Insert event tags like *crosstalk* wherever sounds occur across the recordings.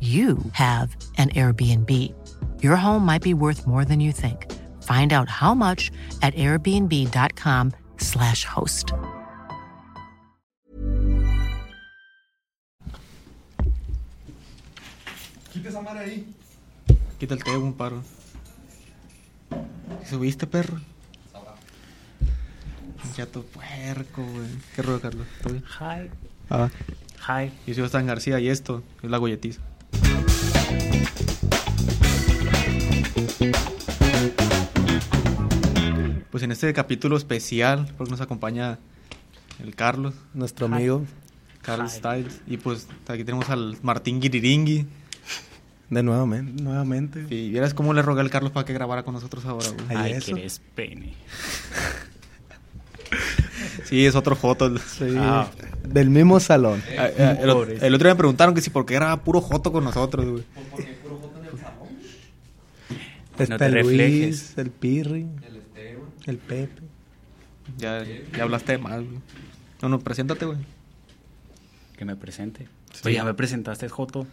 you have an Airbnb. Your home might be worth more than you think. Find out how much at airbnb.com/slash host. Quita esa madre ahí. Quita el tebo, un paro. ¿Subiste, perro? Ya tu puerco, güey. ¿Qué ruido, Carlos? ¿Todo bien? Hi. Ah, Hi. yo soy Stan García y esto es La Golletiza. Pues en este capítulo especial, porque nos acompaña el Carlos, Nuestro amigo Carlos Hi. Styles, y pues aquí tenemos al Martín Guiriringui. De nuevamente, nuevamente. Y vieras cómo le rogué al Carlos para que grabara con nosotros ahora, güey. Ay, Ay, eso. que eres pene. Sí, es otro Joto. El, Sí, Ah. Del mismo salón. Ah, ah, el, o- el otro día me preguntaron que si por qué graba puro Joto con nosotros, güey. Está te el reflejes. Luis, el Pirri, el Pepe. Ya, ya hablaste de más, güey. No, no, preséntate, güey. Que me presente. Oye, ya me presentaste, Joto.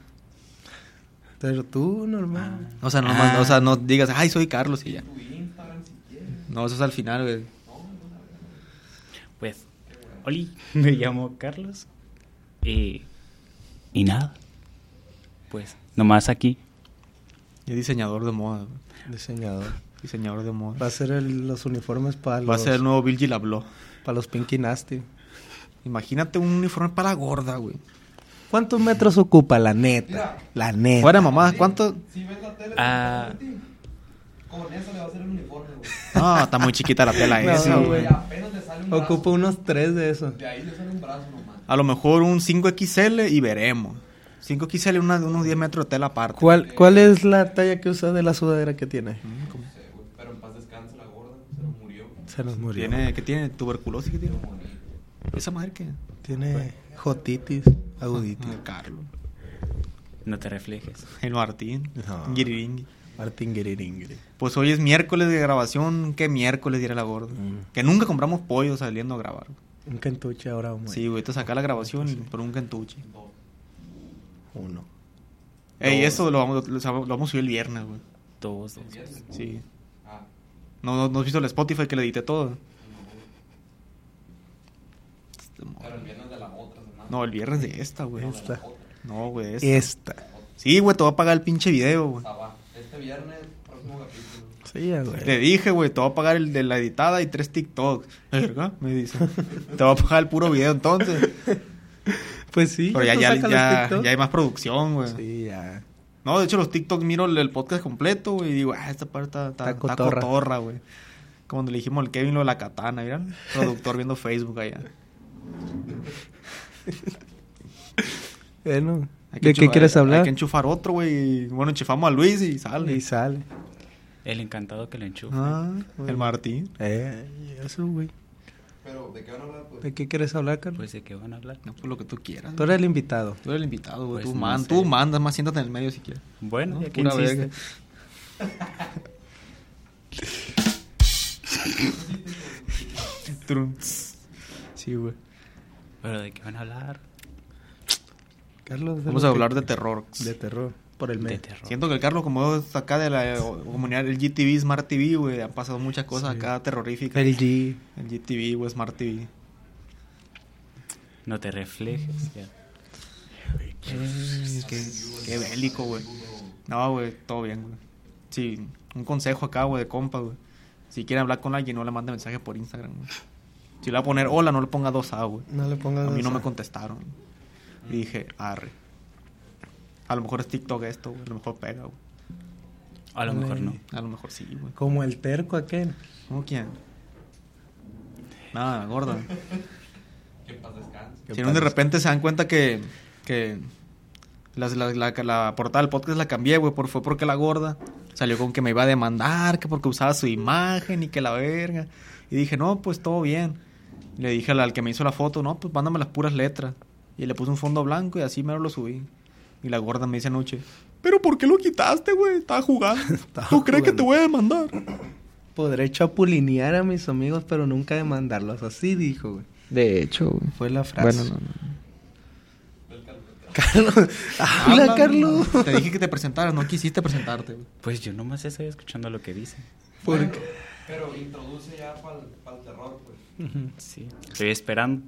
Pero tú, normal. O sea, no, Ah. más- o sea, no digas, ay, soy Carlos y ya. No, eso es al final, güey. Pues, *laughs* Oli, me llamo Carlos. Y, y nada. Pues, nomás aquí. Es diseñador de moda, güey. Diseñador. Diseñador de moda. Va a ser el- los uniformes para los, Va a ser el nuevo Bill Gilabló. para los Pinky Nasty. Imagínate un uniforme para la gorda, güey. ¿Cuántos metros ocupa? La neta. La neta. Fuera, mamá, ¿cuánto? Ah, No, está muy chiquita la tela *laughs* No, esa, no, güey. güey. Ocupa unos tres de esos. A lo mejor un 5XL y veremos. 5XL, una, unos 10 metros de tela aparte. ¿Cuál, ¿Cuál es la talla que usa de la sudadera que tiene? Mm, Se nos murió. ¿Tiene, ¿Qué tiene? ¿Tuberculosis? ¿Qué tiene? ¿Esa madre qué? Tiene jotitis aguditis. Ah, Pues. Carlos. no te reflejes. El Martín. No. Guiriringui. Martín Guiriringre. Pues hoy es miércoles de grabación. ¿Qué miércoles diera la gorda? Que nunca compramos pollo saliendo a grabar. Un cantuche ahora, vamos. Sí, güey, te saca la grabación y por un cantuche. Uno. Ey, eso lo vamos, lo, lo vamos a subir el viernes, güey. Todos. dos. Sí. Ah. No, no, no has visto el Spotify que le edité todo. Pero Este el viernes de la otra No, el viernes de esta, güey. Esta. No, güey, esta. Esta. Sí, güey, te voy a pagar el pinche video, güey. Sí, ya, güey. Le dije, güey, te voy a pagar el de la editada y tres TikToks. Verga, Me dice. te voy a pagar el puro video entonces. Pues *laughs* sí. Pero ya, tú ya, saca los ya, TikTok. ya hay más producción, güey. Sí, ya. No, de hecho, los TikToks miro el, el podcast completo, güey, y digo, ah, esta parte está, está- Está está cotorra. cotorra, güey. Como cuando le dijimos al Kevin lo de la katana, ¿vieron? Productor viendo Facebook allá. Bueno, Hay que ¿de qué enchufar- quieres Hay hablar? que enchufar otro, güey. y, Bueno, enchufamos a Luis y sale. Y Ah, sale. El encantado que le enchufa. Ah, el Martín. Eh, eso, güey. Pero, ¿de qué van a hablar? Pues? ¿De qué quieres hablar, Carlos? Pues de qué van a hablar. No, pues lo que tú quieras. Tú eres el invitado. Tú eres el invitado, güey. tú, Pues, no man, sé. tú mandas, más siéntate en el medio si quieres. Bueno, No, ya que pura insiste. verga. Trum. Sí, güey. Pero de qué van a hablar. Carlos, de Vamos lo a que- hablar de terror. De terror. Por el De medio. terror. Siento que el Carlos, como es acá de la eh, o- comunidad del GTV, Smart TV, güey, han pasado muchas cosas acá terroríficas. El G. El GTV, güey, Smart TV. No te reflejes. ya. Qué, qué bélico, güey. No, güey, todo bien, güey. Sí, un consejo acá, güey, de compa, güey. Si quieren hablar con alguien, no le manden mensaje por Instagram, güey. Si le va a poner hola, no le ponga dos A, güey. No le A pongas. mí no esa. me contestaron. Y dije, arre. A lo mejor es TikTok esto, güey. A lo mejor pega, güey. A lo mejor no. A lo mejor sí, güey. Como el terco aquel. ¿Cómo quién? Nada, gorda. Si no, de repente se dan cuenta que, que las- la, la, la portada del podcast la cambié, güey, por, fue porque la gorda salió con que me iba a demandar, que porque usaba su imagen y que la verga. Y dije, no, pues todo bien. Y le dije al, al que me hizo la foto, no, pues mándame las puras letras. Y le puse un fondo blanco y así mero lo subí. Y la gorda me dice anoche, ¿pero por qué lo quitaste, güey? Estaba jugando. *laughs* Estaba ¿Tú crees que te jugando. voy a demandar? Podré chapulinear a mis amigos, pero nunca demandarlos. Así dijo, güey. De hecho, güey. Fue la frase. Bueno, no, Carlos. *laughs* Habla, Carlos. Ah, Te dije que te presentaras, no quisiste presentarte, güey. Pues yo nomás estoy escuchando lo que dice. ¿Por qué? Pero introduce ya para el terror, pues. Mm. Sí. Estoy esperando.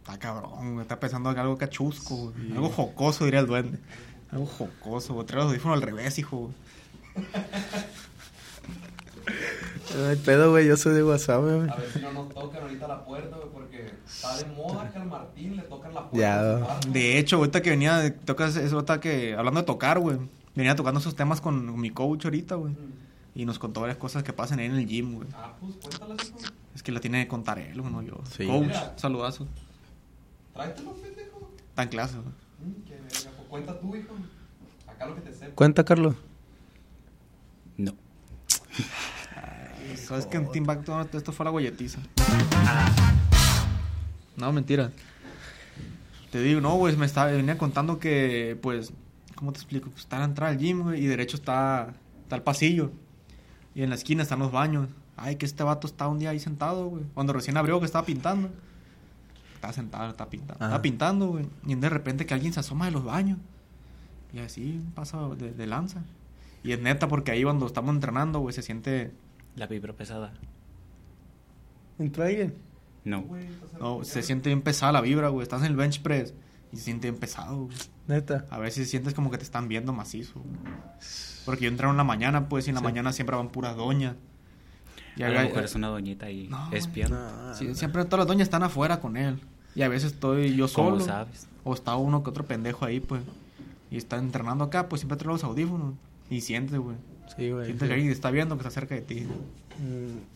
Está cabrón, güey. Está pensando en algo cachusco, güey. Algo jocoso, diría el duende. Algo jocoso, güey. Trae los audífonos al revés, hijo. güey. El pedo, güey. Yo soy de WhatsApp, güey. A ver si no nos tocan ahorita la puerta, güey, porque está de moda que al Martín le tocan la puerta. Ya. de su cuarto. De hecho, ahorita que venía, de- tocas eso, ahorita que, hablando de tocar, güey. Venía tocando esos temas con mi coach ahorita, güey. Y nos contó varias cosas que pasan ahí en el gym, güey. Ah, pues cuéntale eso. Es que la tiene que contar él, güey, no yo. Sí. Coach, Mira. saludazo. Tráetelo, pendejo. Tan clase, güey. Mm, qué verga. Pues cuenta tú, hijo. Acá lo que te sepa. Cuenta, Carlos. No. ¿Sabes que en Team Back Down esto fue la golletiza? No, mentira. Te digo, no, güey, me estaba, venía contando que, pues, ¿cómo te explico? Pues está la entrada al gym, güey, y derecho está, está el pasillo. Y en la esquina están los baños. Ay, que este vato estaba un día ahí sentado, güey. Cuando recién abrió, que estaba pintando. Estaba sentado, estaba pintando. Ah. Estaba pintando, güey. Y de repente que alguien se asoma de los baños. Y así pasa de, de lanza. Y es neta, porque ahí cuando estamos entrenando, güey, se siente La vibra pesada. ¿Entró alguien? No. No, se siente bien pesada la vibra, güey. Estás en el bench press y se siente bien pesado, güey. Neta. A veces sientes como que te están viendo macizo, güey. Porque yo entré en la mañana, pues, y en la mañana siempre van puras doñas. Y a había- lo mejor es una doñita y No, es güey, pierna. Sí, siempre todas las doñas están afuera con él. Y a veces estoy yo ¿Cómo solo. sabes? O está uno que otro pendejo ahí, pues. Y está entrenando acá, pues siempre trae los audífonos. Y sientes, güey. Sí, güey. Sientes que alguien te está viendo que está cerca de ti. Mm,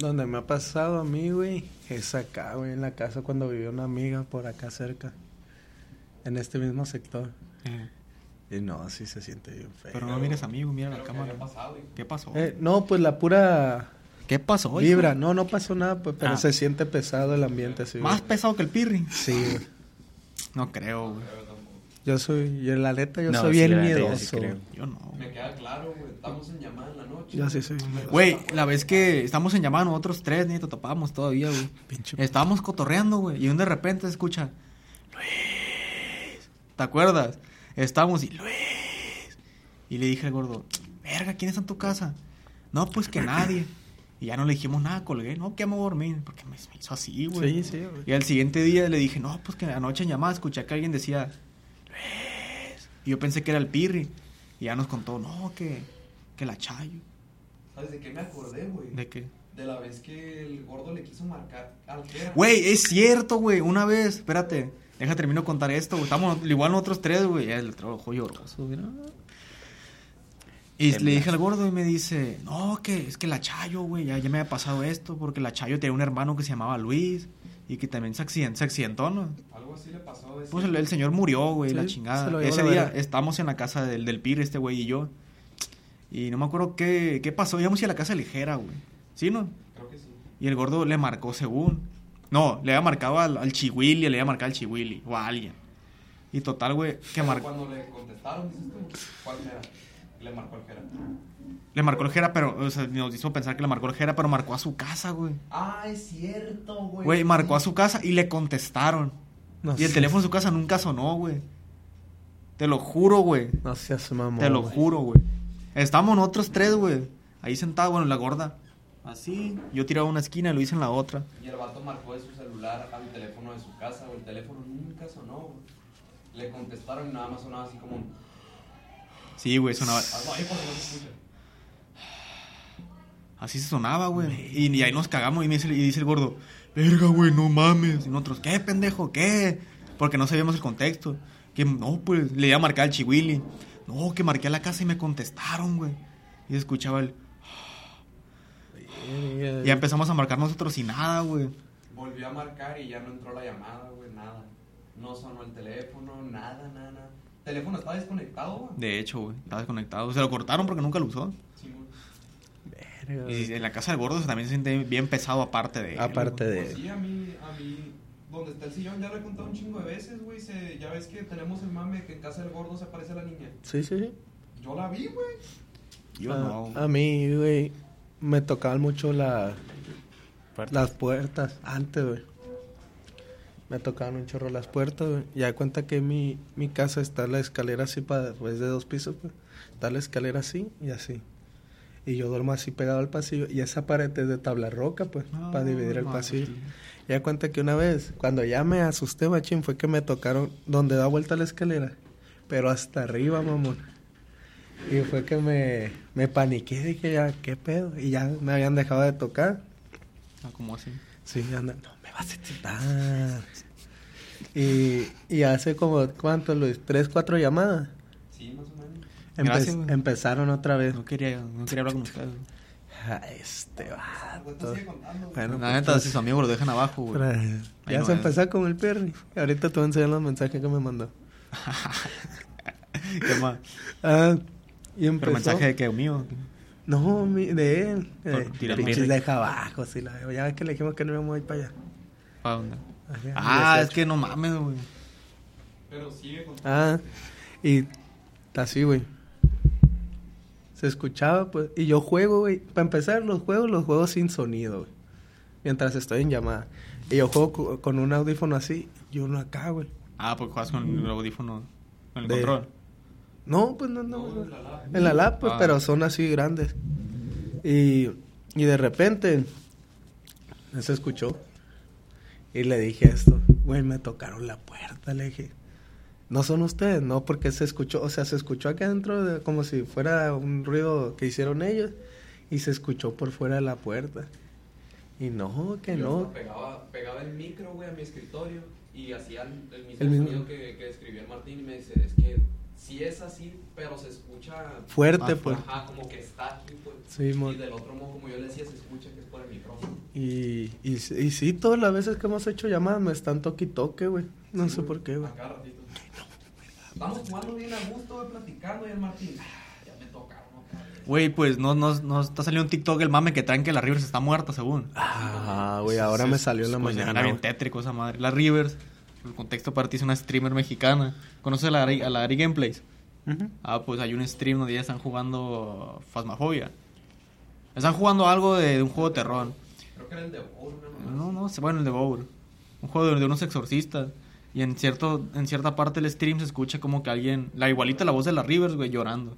Donde me ha pasado a mí, güey, es acá, güey, en la casa cuando vivió una amiga por acá cerca, en este mismo sector. Eh, Y no, así se siente bien feo. pero no mires a mí, güey, mira la Pero que cámara. había pasado, hijo. ¿Qué pasó? Eh, no, pues la pura ¿Qué pasó? hijo? vibra, no, no pasó nada, pues, pero Ah. se siente pesado el ambiente así. güey. Más pesado que el pirri. Sí, güey. No creo, güey. Yo soy, yo la neta, yo No, soy sí, bien la neta, yo sí miedoso. creo. güey. Yo no. güey. Me queda claro, güey. Estamos en llamada en la noche. Yo sí soy bien miedoso. Güey, la vez que estamos en llamada nosotros tres, ni te topábamos todavía, güey. Pinche- Estábamos cotorreando, güey. Y un de repente se escucha, Luis, ¿te acuerdas? Estábamos y Luis. Y le dije al gordo, verga, ¿quién está en tu casa? No, pues que nadie. Y ya no le dijimos nada, colgué, no, que me voy a dormir, porque me me hizo así, güey. Sí, sí, güey. Y al siguiente día le dije, no, pues que anoche en llamada escuché que alguien decía, "Luis". Y yo pensé que era el Pirri. Y ya nos contó, no, que, que la Chayo. ¿Sabes de qué me acordé, güey? ¿De qué? De la vez que el gordo le quiso marcar al que era. Güey, es cierto, güey. Una vez, espérate. Deja, termino de contar esto, güey. Estamos igual nosotros tres, güey. Ya, El otro ojo lloroso, güey. ¿no? Y le dije al gordo y me dice, no, que es que la Chayo, güey, ya, ya me había pasado esto, porque la Chayo tenía un hermano que se llamaba Luis y que también se accidentó, se accidentó ¿no? Algo así le pasó a ese. Pues el, el señor murió, güey, Sí, la se lo chingada. llevó Ese la día verga. estamos en la casa del, del Pir, este güey y yo. Y no me acuerdo qué, qué pasó. Íbamos a ir a la casa ligera, güey. ¿Sí, no? Creo que sí. Y el gordo le marcó según. No, le había marcado al, al Chihuili, le había marcado al Chihuili o a alguien. Y total, güey, que Pero marcó. Cuando le contestaron, dices tú, ¿cuál era? Le marcó el que era. Le marcó el Jera, pero. O sea, nos hizo pensar que le marcó el Jera, pero marcó a su casa, güey. Ah, es cierto, güey. Güey, marcó a su casa y le contestaron. No y el sé. teléfono de su casa nunca sonó, güey. Te lo juro, güey. No seas mamón. Te lo güey. juro, güey. Estábamos nosotros tres, güey. Ahí sentados, bueno, la gorda. Así. Yo tiraba una esquina y lo hice en la otra. Y el vato marcó de su celular al teléfono de su casa, güey. El teléfono nunca sonó, güey. Le contestaron y nada más sonaba así como. un- Sí, güey, sonaba. Algo ahí porque no se escucha. Así se sonaba, güey. Y, y ahí nos cagamos y, me dice, y dice el gordo, verga, güey, no mames. Y nosotros, ¿qué, pendejo? ¿Qué? Porque no sabíamos el contexto. Que no, pues, le iba a marcar al chihuili. No, que marqué a la casa y me contestaron, güey. Y escuchaba el... Eh, Ya empezamos a marcar nosotros y nada, güey. Volvió a marcar y ya no entró la llamada, güey, nada. No sonó el teléfono, nada, nada, nada. ¿El teléfono estaba desconectado, güey? De hecho, güey, estaba desconectado. Se lo cortaron porque nunca lo usó. Sí, güey. verga, güey. Y en la casa del gordo se también se siente bien pesado aparte de... él, Aparte güey. de... Pues sí, a mí, a mí, donde está el sillón, ya lo he contado un chingo de veces, güey. se- Ya ves que tenemos el mame de que en casa del gordo se aparece la niña. Sí, sí, sí. Yo la vi, güey. Yo a, no. güey. a mí, güey, me tocaban mucho la- Puerta. las puertas. Antes, güey. Me tocaban un chorro las puertas, güey. Ya da cuenta que mi, mi casa está la escalera así para es de dos pisos, güey. Está la escalera así y así. Y yo duermo así pegado al pasillo. Y esa pared es de tabla roca, pues, No, para dividir el Ah, no, pasillo. pues, sí. Ya da cuenta que una vez, cuando ya me asusté, machín, fue que me tocaron donde da vuelta la escalera, pero hasta arriba, mamón. Y fue que me, me paniqué, dije, ya, ¿qué pedo? Y ya me habían dejado de tocar. Ah, ¿Cómo así? Sí, ya anda, no, me vas a excitar. Y, y hace como, ¿cuánto, Luis? ¿Tres, cuatro llamadas? Sí, más o menos. Empe- Gracias, güey. empezaron otra vez. No quería, no quería hablar con ustedes. güey. Ah, este Güey, tú vato. sigue contando, güey. Bueno, La pues, neta, si su amigo lo dejan abajo, güey. Pero, Ahí ya no se es. empezó con el Perry. Ahorita te voy a enseñar los mensajes que me mandó. *laughs* ¿Qué más? Ah, y empezó. Pero mensaje de que mío. No, mi- de él. Eh, Por- tirando pinches mierda. deja abajo, sí, la veo. Ya ves que le dijimos que no íbamos a ir para allá. ¿Para dónde? Ajá, Ah, es 18. que no mames, güey. Pero sigue contando. Ah, y así, güey. Se escuchaba, pues. Y yo juego, güey. Para empezar, los juegos, los juegos sin sonido, güey. Mientras estoy en llamada. Y yo juego co- con un audífono así. Yo no acá, güey. Ah, porque juegas con el audífono, con el De- control. No, pues no, no. No, güey. en la lab. En la lab, pues, Ah. pero son así grandes. Y, y de repente se escuchó. Y le dije esto, güey, me tocaron la puerta, le dije. No son ustedes, no, porque se escuchó, o sea, se escuchó acá adentro de- como si fuera un ruido que hicieron ellos y se escuchó por fuera de la puerta. Y no, que Yo no. hasta Pegaba, pegaba el micro, güey, a mi escritorio y hacía el, el mismo El mismo. sonido que, que escribía el Martín y me dice, es que sí es así, pero se escucha... Fuerte, Ah, pues. Ajá, como que está aquí, pues. Sí, mon. y del otro modo, como yo le decía, se escucha que es por el micrófono. Y, y, y sí, todas las veces que hemos hecho llamadas me están toque y toque, güey. No sé por qué, güey. Acá ratito. Estamos jugando bien a gusto, güey, platicando y el Martín. "Ah, Ya me tocaron otra vez". Güey, pues no, no, no está saliendo un TikTok el mame que traen que la Rivers está muerta, según. Ah, güey, ahora Sí, me es- salió en la es- pues, mañana. Era bien güey. tétrico esa madre. La Rivers, el contexto para ti es una streamer mexicana. ¿Conoces a la, Ari- a la Ari Gameplays? Ah, pues hay un stream donde ya están jugando Phasmophobia. Están jugando algo de, de un juego de terror. Creo que era el de Bowl, una mamá. No, no, se- bueno, el de Bower. Un juego de, de unos exorcistas. Y en, cierto, en cierta parte del stream se escucha como que alguien. La igualita la voz de la Rivers, güey, llorando.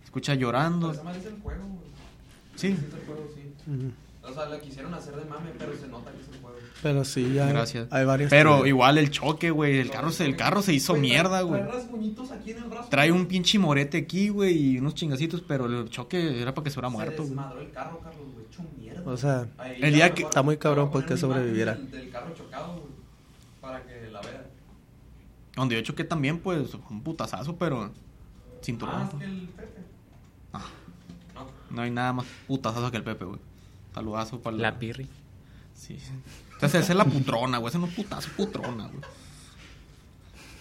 Se escucha Pero llorando. Esa madre es el juego, güey. Sí. Sí, es el juego, sí. Ujú. O sea, la quisieron hacer de mame, pero se nota que es el juego. Pero sí, ya. Gracias. Hay varias. Pero teorías. igual el choque, güey. El carro, se, el carro se hizo Güey, Pues, trae- mierda, güey. Trae rasguñitos aquí en el brazo. Trae un pinche morete aquí, güey, y unos chingacitos, pero el choque era para que se hubiera muerto, Se güey. desmadró el carro, Carlos, güey. Hecho mierda. O sea, Ahí el ya día mejor que- Está muy cabrón, te voy pues, a que poner una sobreviviera. imagen Del, del carro chocado, güey. Para que la vean. Donde yo choqué también, pues, fue un putazazo, pero. Cinturón. Más que el Pepe. No. No hay nada más putazazo que el Pepe, güey. Saludazo para La pirri. Sí. Entonces, esa es la putrona, güey. Esa no es putazo, putrona, güey.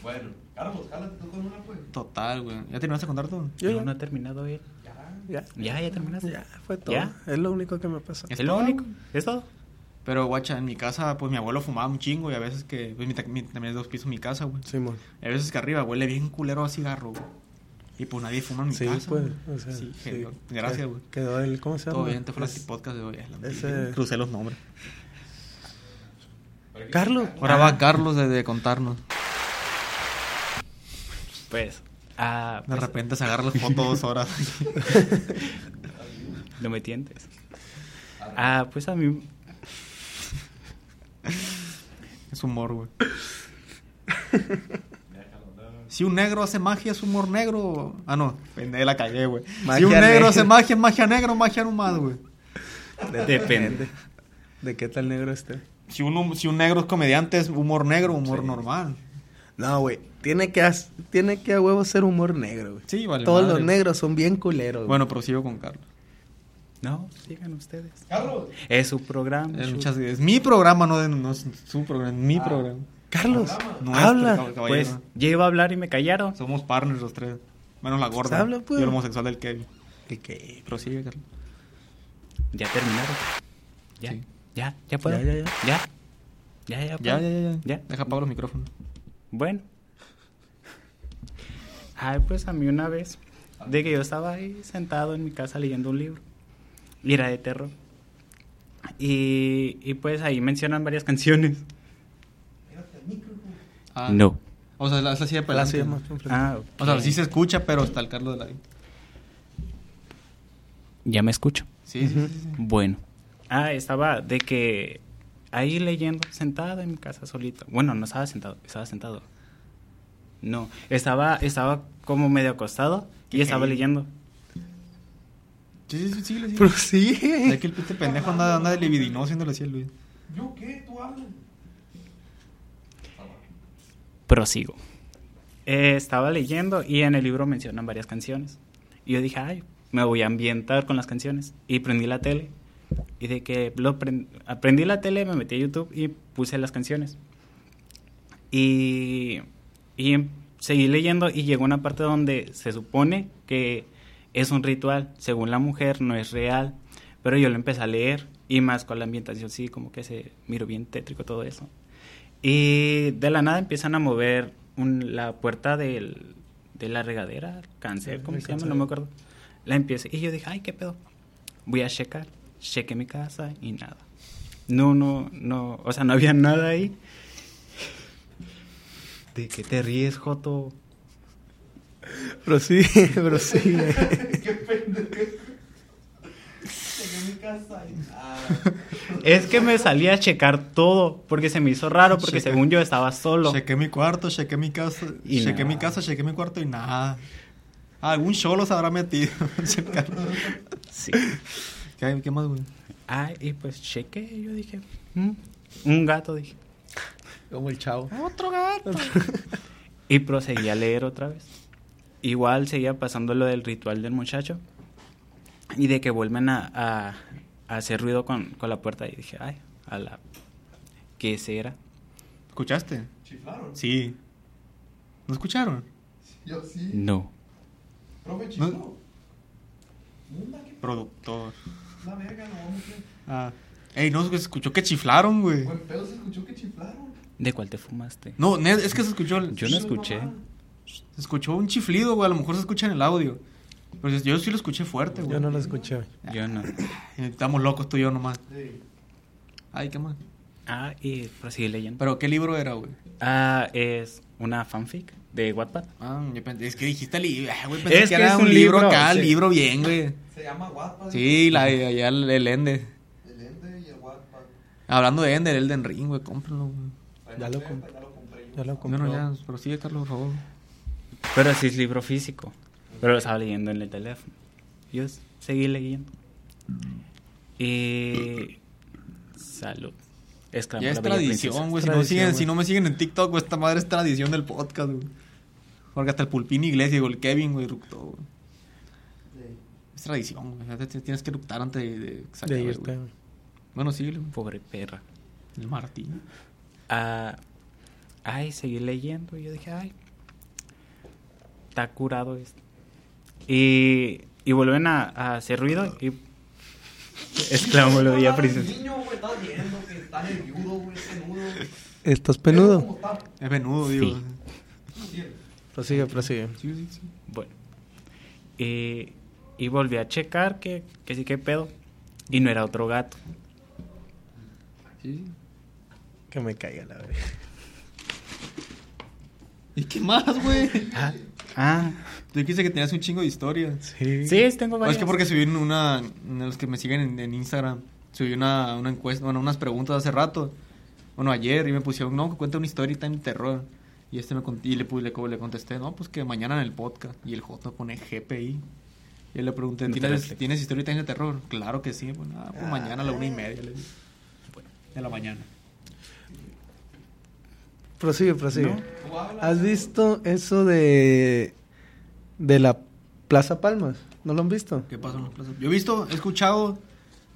Bueno, Carlos, jálate tú con una, pues. Total, güey. ¿Ya terminaste de contar tú? Yo No, ya. no he terminado él. Ya. Ya, Ya, ya terminaste. ya, fue todo. ¿Ya? Es lo único que me pasó. ¿Es Es lo todo? único. ¿Es todo? Pero, guacha, en mi casa, pues mi abuelo fumaba un chingo y a veces que. Pues mi, ta- mi- también es dos pisos mi casa, güey. Simón. Y a veces que arriba huele bien culero a cigarro, güey. Y pues nadie fuma en mi Sí, casa. pues. güey. o sea, sí, sí. genial. Gracias, Qued- güey. Quedó el. ¿Cómo se llama? Todo bien, te fue Es- el podcast de hoy. es la- ese- Crucé los nombres. Carlos. Ahora va Carlos de, de contarnos. Pues. Ah, De pues, repente se agarra la foto dos horas. *laughs* No me tientes. Ah, pues a mí. es humor, güey. Si un negro hace magia, es humor negro. Ah, no, pende, la cagué, güey. Si Magia un negro negra. hace magia, es magia negro, magia humada, güey. Depende. ¿De qué tal negro este? Si un, hum- si un negro es comediante, es humor negro, humor normal. No, güey. Tiene que, as- tiene que a huevo ser humor negro, güey. Sí, vale Todos madre, los güey. negros son bien culeros, güey. Bueno, prosigo con Carlos. No, sigan ustedes. Carlos. Es su programa. Es, su- Eh, muchas- es mi programa, no, de, no es su programa, es mi programa. Carlos, Nuestro, Ah. habla. cab- caballero. Pues yo iba a hablar y me callaron. Somos partners los tres. Menos la gorda. habla, pues. Y el homosexual del Kevin. ¿Y qué? Prosigue, Carlos. Ya terminaron. Ya, Sí. ya, ya puedo. Ya, ya, ya. Ya, ya, Ya, puedo. ya, ya, ya. Ya. Deja apago los micrófonos. Bueno. Ay, pues a mí una vez, de que yo estaba ahí sentado en mi casa leyendo un libro. Y era de terror. Y, y pues ahí mencionan varias *laughs* canciones. Ah. O sea, la, es así de La pues. pelante, suya ¿no? más para enfrente. Ah, O sea, sí se escucha, pero está el Carlos de la ya me escucho. Sí, sí, sí, sí. Bueno. Ah, estaba de que ahí leyendo, sentado en mi casa solito. Bueno, no estaba sentado, estaba sentado. No, estaba, estaba como medio acostado y Qué estaba gay. leyendo. Sí, sí, sí, sí, sí. Prosigue. *laughs* Es que el piste pendejo anda, anda de libidinoso haciéndole así al Luis. ¿Yo qué? ¿Tú hablas? Prosigo. Eh, estaba leyendo y en el libro mencionan varias canciones. Y yo dije, ay, me voy a ambientar con las canciones. Y prendí la tele. Y de que lo pren- aprendí la tele, me metí a YouTube y puse las canciones. Y, y em- seguí leyendo y llegó una parte donde se supone que es un ritual. Según la mujer, no es real. Pero yo lo empecé a leer. Y más con la ambientación, sí, como que se miró bien tétrico todo eso. Y de la nada empiezan a mover un- la puerta del- de la regadera, cáncer, ¿cómo El se llama? cáncer. No me acuerdo. La empieza. Y yo dije, ay, qué pedo. Voy a checar. Chequé mi casa y nada. No, no, no. O sea, no había nada ahí. ¿De qué te ríes, Joto? Prosigue, prosigue. Qué pendejo. Llegué a mi casa y nada. Es que me salí a checar todo porque se me hizo raro porque Checa- según yo estaba solo. Chequé mi cuarto, chequé mi casa, Y chequé nada. mi casa, chequé mi cuarto y nada. Ah, algún cholo se habrá metido. *laughs* Checar. Sí. ¿Qué, ¿Qué más, güey? Ah, y pues chequé, yo dije, "Mm, un gato, dije. *laughs* Como el chavo. Y proseguí a leer otra vez. Igual seguía pasando lo del ritual del muchacho y de que vuelven a, a- a hacer ruido con, con la puerta. Y dije, ay, a la... ¿Qué será? ¿Escuchaste? ¿Chiflaron? Sí. ¿No escucharon? Yo sí. No. Profe, chifló. Munda, qué p- Productor. La verga, no, hombre. Ah. Ey, no, se escuchó que chiflaron, güey. Buen pedo, se escuchó que chiflaron. ¿De cuál te fumaste? No, pues, Ned, es que se escuchó. el- Yo no escuché. Se escuchó un chiflido, güey. A lo mejor se escucha en el audio. Pero yo sí lo escuché fuerte, güey. Yo no lo escuché. güey. Yo no. Estamos locos tú y yo nomás. Sí. Ay, qué mal. Ah, y proseguí leyendo. Pero, ¿qué libro era, güey? Ah, es una fanfic de Wattpad. Ah, yo pensé, es que dijiste libro. Güey, pensé Es que que era es un un libro, libro, acá, sí. libro bien, güey. Se llama Wattpad. Sí, la, allá el, el Ender. El Ende y el Wattpad. Hablando de Ender, Elden Ring, güey, cómpralo, güey. Ya lo compré. compré. Ya lo compré yo. Ya lo No, compré. no, ya, prosigue, Carlos, por favor. Pero sí es libro físico. Pero lo estaba leyendo en el teléfono. Yo s- seguí leyendo. Y. Salud. Exclamó Ya la es bella tradición, princesa. güey. Si, no Tradición, siguen- güey. si no me siguen en TikTok, güey, esta madre es tradición del podcast, güey. Porque hasta el Pulpín Iglesias, digo, el Kevin, güey, eructó, güey. Es tradición, güey. O sea, te- te- Tienes que eructar antes de, de que se De acabe, irte, güey. güey. Bueno, sí, güey. Pobre perra. El Martín. Ah, Ay, seguí leyendo. Y yo dije, ay, está curado esto. Y, y vuelven a, a hacer ruido y exclamó la bella princesa. Niño, güey, estás viendo que está nerviudo, güey, ese nudo. ¿Estás ¿Cómo penudo? está? Es venudo, digo. Sí. Prosigue, prosigue. Sí, sí, sí. Bueno. Y, y volví a checar que, que sí que pedo. Y no era otro gato. Sí. Que me caiga la verga. ¿Y qué más, güey? Ah, ah. Yo quise que tenías un chingo de historia. Sí. sí, tengo No, varias. es que porque subí en una. en Los que me siguen en, en Instagram, subí una, una encuesta, bueno, unas preguntas hace rato. Bueno, ayer, y me pusieron, no, que cuenta una historia time de terror. Y este me cont- y le, pu- le, co- le contesté, no, pues que mañana en el podcast. Y el Joto pone GPI. Y yo le pregunté, No te ¿tienes, reflex- ¿tienes historia time de terror? Claro que sí, pues nada, pues mañana a la una y media. le dije. de la mañana. Prosigue, prosigue. Tú hablas. ¿Has visto eso de. de la Plaza Palmas? ¿No lo han visto? ¿Qué pasó en la plaza? Yo he visto, he escuchado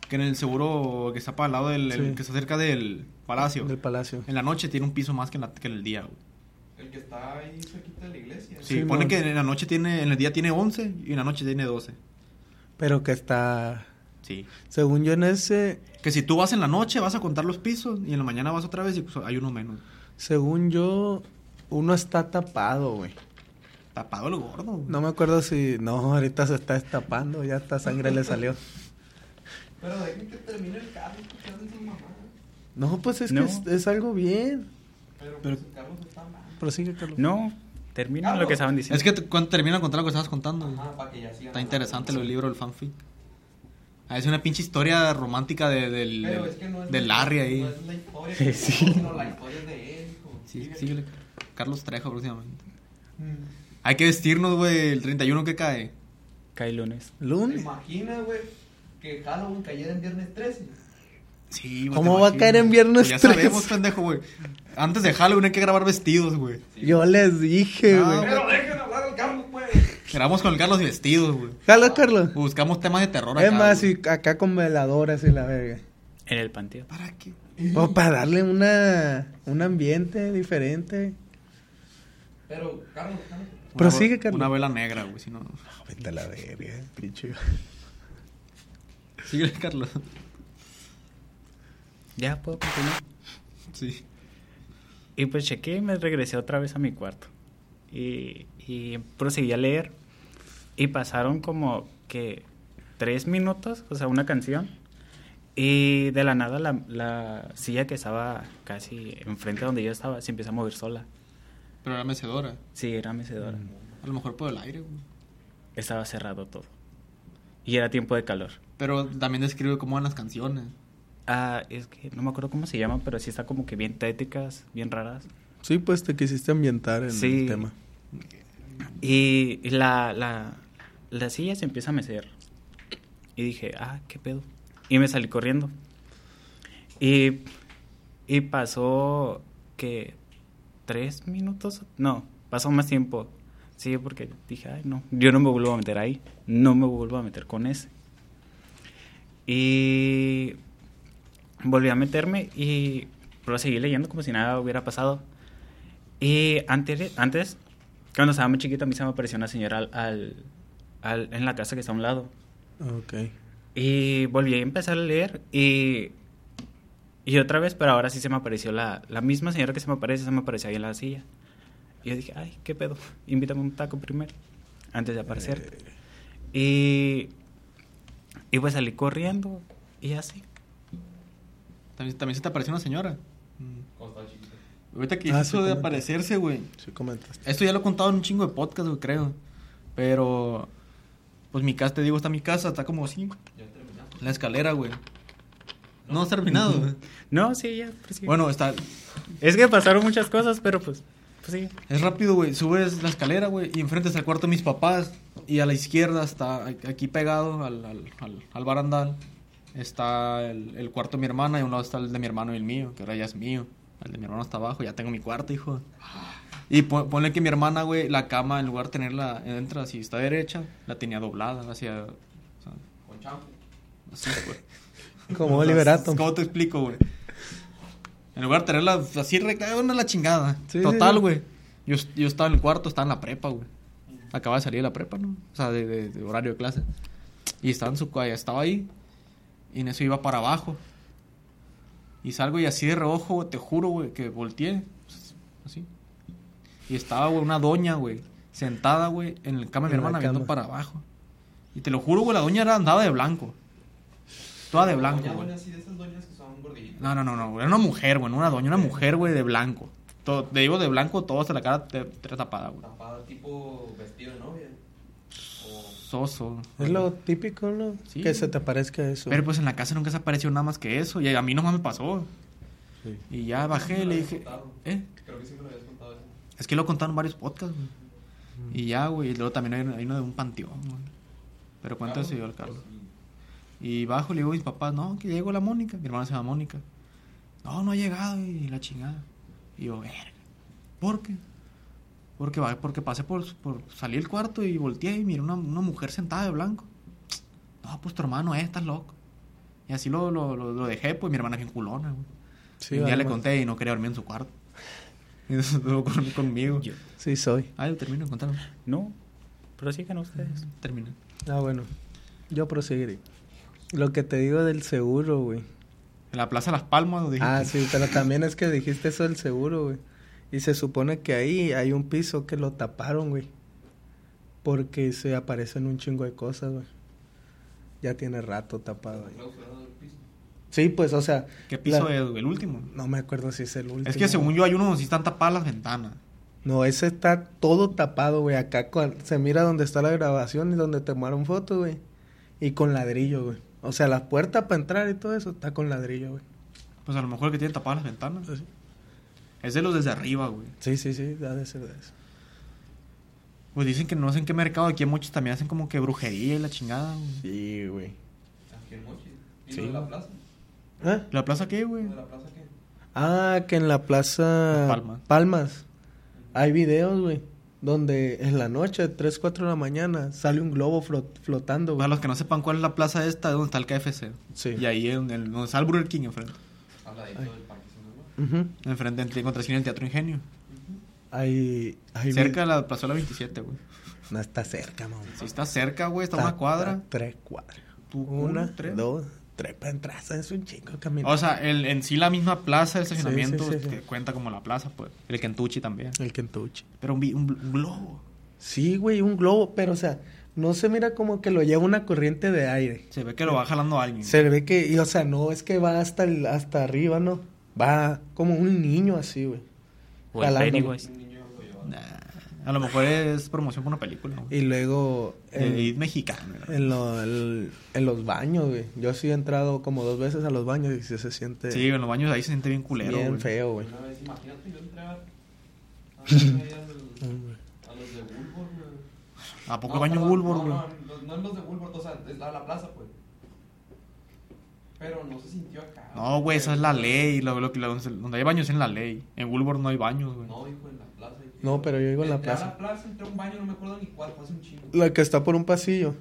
que en el seguro que está para el lado del. el Sí. que está cerca del palacio. Del Palacio. En la noche tiene un piso más que en, la- que en el día, güey. El que está ahí cerquita de la iglesia. Sí, Sí, pone mon. que en la noche tiene, en el día tiene 11 y en la noche tiene 12. Pero que está. Sí. Según yo en ese. Que si tú vas en la noche vas a contar los pisos y en la mañana vas otra vez y pues, hay uno menos. Según yo. Uno está tapado, güey. Tapado el gordo. güey. No me acuerdo si. No, ahorita se está destapando. Ya hasta sangre le salió. Pero dejen que termine el carro escuchando su mamá. No, pues es No. que es, es algo bien. Pero, pues el carro está mal. Prosigue, Carlos. No, termina Carlos. lo que estaban diciendo. Es que te- cuando termina de contar lo que estabas contando. güey. Ah, para que ya sigan. Está interesante lo del libro del fanfic. Ah, es una pinche historia romántica de, del, Pero del- es que no es. del Larry No ahí. es la *laughs* historia. que Sí. nosotros, Sino la historia de él. hijo. Sí, Sigue. Mm. síguele. Carlos Trejo próximamente. Hay que vestirnos, güey, el 31 que cae. Cae lunes. ¿Te Lunes. imaginas, güey, que Halloween cayera en viernes 13? Sí, güey, ¿Cómo te va imaginas? a Pues caer en viernes Ya 13? sabemos, pendejo, güey. Antes de Halloween hay que grabar vestidos, güey. Yo les dije, No, güey. güey. Pero dejen hablar al Carlos, pues. Grabamos con el Carlos y vestidos, güey. Jala, Carlos. Buscamos temas de terror acá. Es más, güey. y acá con veladoras y la verga. En el panteón. ¿Para qué? O para darle una, un ambiente diferente. Pero, Carlos, Carlos. Una Prosigue, ve- Carlos. Una vela negra, güey, si no. Vete a la verga, pinche. Sigue, Carlos. Ya puedo continuar. Sí. Y pues chequé y me regresé otra vez a mi cuarto. Y, y proseguí a leer. Y pasaron como que tres minutos, o sea, una canción. Y de la nada la, la silla que estaba casi enfrente de donde yo estaba se empieza a mover sola. Pero era mecedora. Sí, era mecedora. A lo mejor por el aire, güey. Estaba cerrado todo. Y era tiempo de calor. Pero también describe cómo van las canciones. Ah, es que no me acuerdo cómo se llama, pero sí está como que bien téticas, bien raras. Sí, pues te quisiste ambientar en Sí. el tema. Y y la, la, la silla se empieza a mecer. Y dije, ah, qué pedo. Y me salí corriendo. Y, y pasó que tres minutos. No, pasó más tiempo. Sí, porque dije, ay, no, yo no me vuelvo a meter ahí. No me vuelvo a meter con ese. Y volví a meterme y proseguí leyendo como si nada hubiera pasado. Y antes, antes cuando estaba muy chiquito, a mí se me apareció una señora al, al- al- en la casa que está a un lado. Ok. Y volví a empezar a leer y, y otra vez, pero ahora sí se me apareció la, la misma señora que se me aparece, se me apareció ahí en la silla. Y yo dije, ay, qué pedo, *laughs* invítame un taco primero, antes de aparecer. Y, y pues salí corriendo y así. También, también se te apareció una señora. Cuando estaba chiquito. Ahorita que Ah, hizo sí, de comenta. aparecerse, güey. Sí, comentaste. Esto ya lo he contado en un chingo de podcast, güey, creo. Pero. Pues mi casa, te digo, está mi casa, está como así. Ya terminamos. La escalera, güey. No has terminado, güey. No, sí, ya. pues sí. Bueno, está. es que pasaron muchas cosas, pero pues, pues sí. Es rápido, güey. Subes la escalera, güey, y enfrente está el cuarto de mis papás. Y a la izquierda está, aquí pegado al, al, al- al barandal, está el, el cuarto de mi hermana. Y a un lado está el de mi hermano y el mío, que ahora ya es mío. El de mi hermano está abajo, ya tengo mi cuarto, hijo. Y pon- ponle que mi hermana, güey, la cama, en lugar de tenerla, entra así, está derecha, la tenía doblada, hacia. o sea, Con champo. así, güey. Como O sea, Oliverato. ¿Cómo te explico, güey? En lugar de tenerla así recta, una la chingada. Sí, Total, sí, sí. güey. Yo, yo estaba en el cuarto, estaba en la prepa, güey. Acababa de salir de la prepa, ¿no? O sea, de, de- de horario de clase. Y estaba en su cua- estaba ahí. Y en eso iba para abajo. Y salgo y así de reojo, güey, te juro, güey, que volteé. Así. Y estaba, güey, una doña, güey, sentada, güey, en el cama de mi En la hermana viendo cama. para abajo. Y te lo juro, güey, la doña era andaba de blanco. Toda *laughs* de blanco, Doña, güey. doña, sí, de esas doñas que son gorditas. No, no, no, no, güey, era una mujer, güey, no una doña, una mujer, güey, de blanco. Todo, te digo de blanco, todo hasta la cara te, te tapada, güey. Tapada, tipo vestido de novia. O Soso. Es lo típico, ¿no? Sí. Que se te parezca eso. Pero pues en la casa nunca se apareció nada más que eso. Y a mí nomás me pasó. Y ya bajé y le dije, ¿eh? creo que sí me lo habías contado eso. Es que lo contaron varios podcasts, güey. Y ya, güey. Y luego también hay, hay uno de un panteón, güey. Pero cuánto se dio al Carlos. Y bajo le digo a mis papás, no, que llegó la Mónica. Mi hermana se llama Mónica. No, no ha llegado y la chingada. Y yo, verga. ¿Por qué? Porque, va- porque pasé por, por salí del cuarto y volteé y miré una, una mujer sentada de blanco. No, pues tu hermano es, estás loco. Y así lo, lo, lo, lo dejé, pues mi hermana es bien culona, güey. Sí, un día vale pues. le más. conté y no quería dormir en su cuarto. *laughs* Y eso estuvo con- conmigo. Sí, soy. Ah, yo termino de contar. No, pero sigan ustedes. Termina. Ah, bueno. Yo proseguiré. Lo que te digo del seguro, güey. En la Plaza Las Palmas lo dije. Ah, *laughs* sí, pero también es que dijiste eso del seguro, güey. Y se supone que ahí hay un piso que lo taparon, güey. Porque se aparecen un chingo de cosas, güey. Ya tiene rato tapado ahí. Clausurado del piso. Sí, pues, o sea. ¿Qué piso la- es, güey? El último. No me acuerdo si es el último. Es que según yo hay uno donde sí están tapadas las ventanas. No, ese está todo tapado, güey. Acá con- se mira donde está la grabación y donde tomaron fotos, güey. Y con ladrillo, güey. O sea, la puerta para entrar y todo eso está con ladrillo, güey. Pues a lo mejor el que tiene tapadas las ventanas. Pues sí. Es de los desde arriba, güey. Sí, sí, sí, da de ser de eso. Pues dicen que no sé en qué mercado. Aquí en muchos también hacen como que brujería y la chingada, güey. Sí, güey. Aquí en Mochi. ¿Y Sí. lo de la plaza? ¿Ah? ¿La plaza qué, güey? ¿Lo de la plaza qué? Ah, que en la plaza Palmas. Palmas hay videos, güey, donde en la noche, 3, 4 de la mañana, sale un globo flot- flotando, Para güey. los que no sepan cuál es la plaza esta, es donde está el KFC. Sí. Y ahí es donde, donde está el Burger King enfrente. Habladito del parque Sinaloa. Ujú. Enfrente, entre contracción el Teatro Ingenio. Hay, hay Cerca de vi- la plazuela 27, güey. No está cerca, mamá. Si está cerca, güey, está, a una cuadra. tres cuadras. Tú, Una, uno, tres. dos, tres para entrar. Es un chingo caminar. O sea, eh, el, en sí la misma plaza, el estacionamiento sí, sí, que sí. cuenta como la plaza, pues. El Kentuchi también. el Kentucky. Pero un, vi- un bl- un globo. Sí, güey, un globo, pero o sea, no se mira como que lo lleva una corriente de aire. Se ve que lo va jalando alguien. Se ve que, y, o sea, no es que va hasta, el- hasta arriba, ¿no? Va como un niño así, güey. O el Jalándolo. Pennywise. Nah, a lo mejor es promoción para una película, güey. Y luego De en, Elite mexicano. ¿no? en lo- el- en los baños, güey. Yo sí he entrado como dos veces a los baños y sí se siente Sí, en los baños ahí se siente bien culero, bien güey. feo, güey. Una vez, imagínate, yo entré *laughs* a, a, ver ahí al- a los de Bulbor, güey. ¿A poco No, baño perdón, Bulbor, no, güey? No, los- no, los de Bulbor, o sea, es la, la plaza, pues. Pero no se sintió acá. No, güey, esa es la ley. Lo, lo que- lo- donde hay baños es en la ley. En Woolworth no hay baños, güey. No, hijo, en la plaza. hijo. No, pero yo digo en la Entré a plaza. la plaza, entré a un baño, no me acuerdo ni cuál, fue hace un chingo. La que está por un pasillo.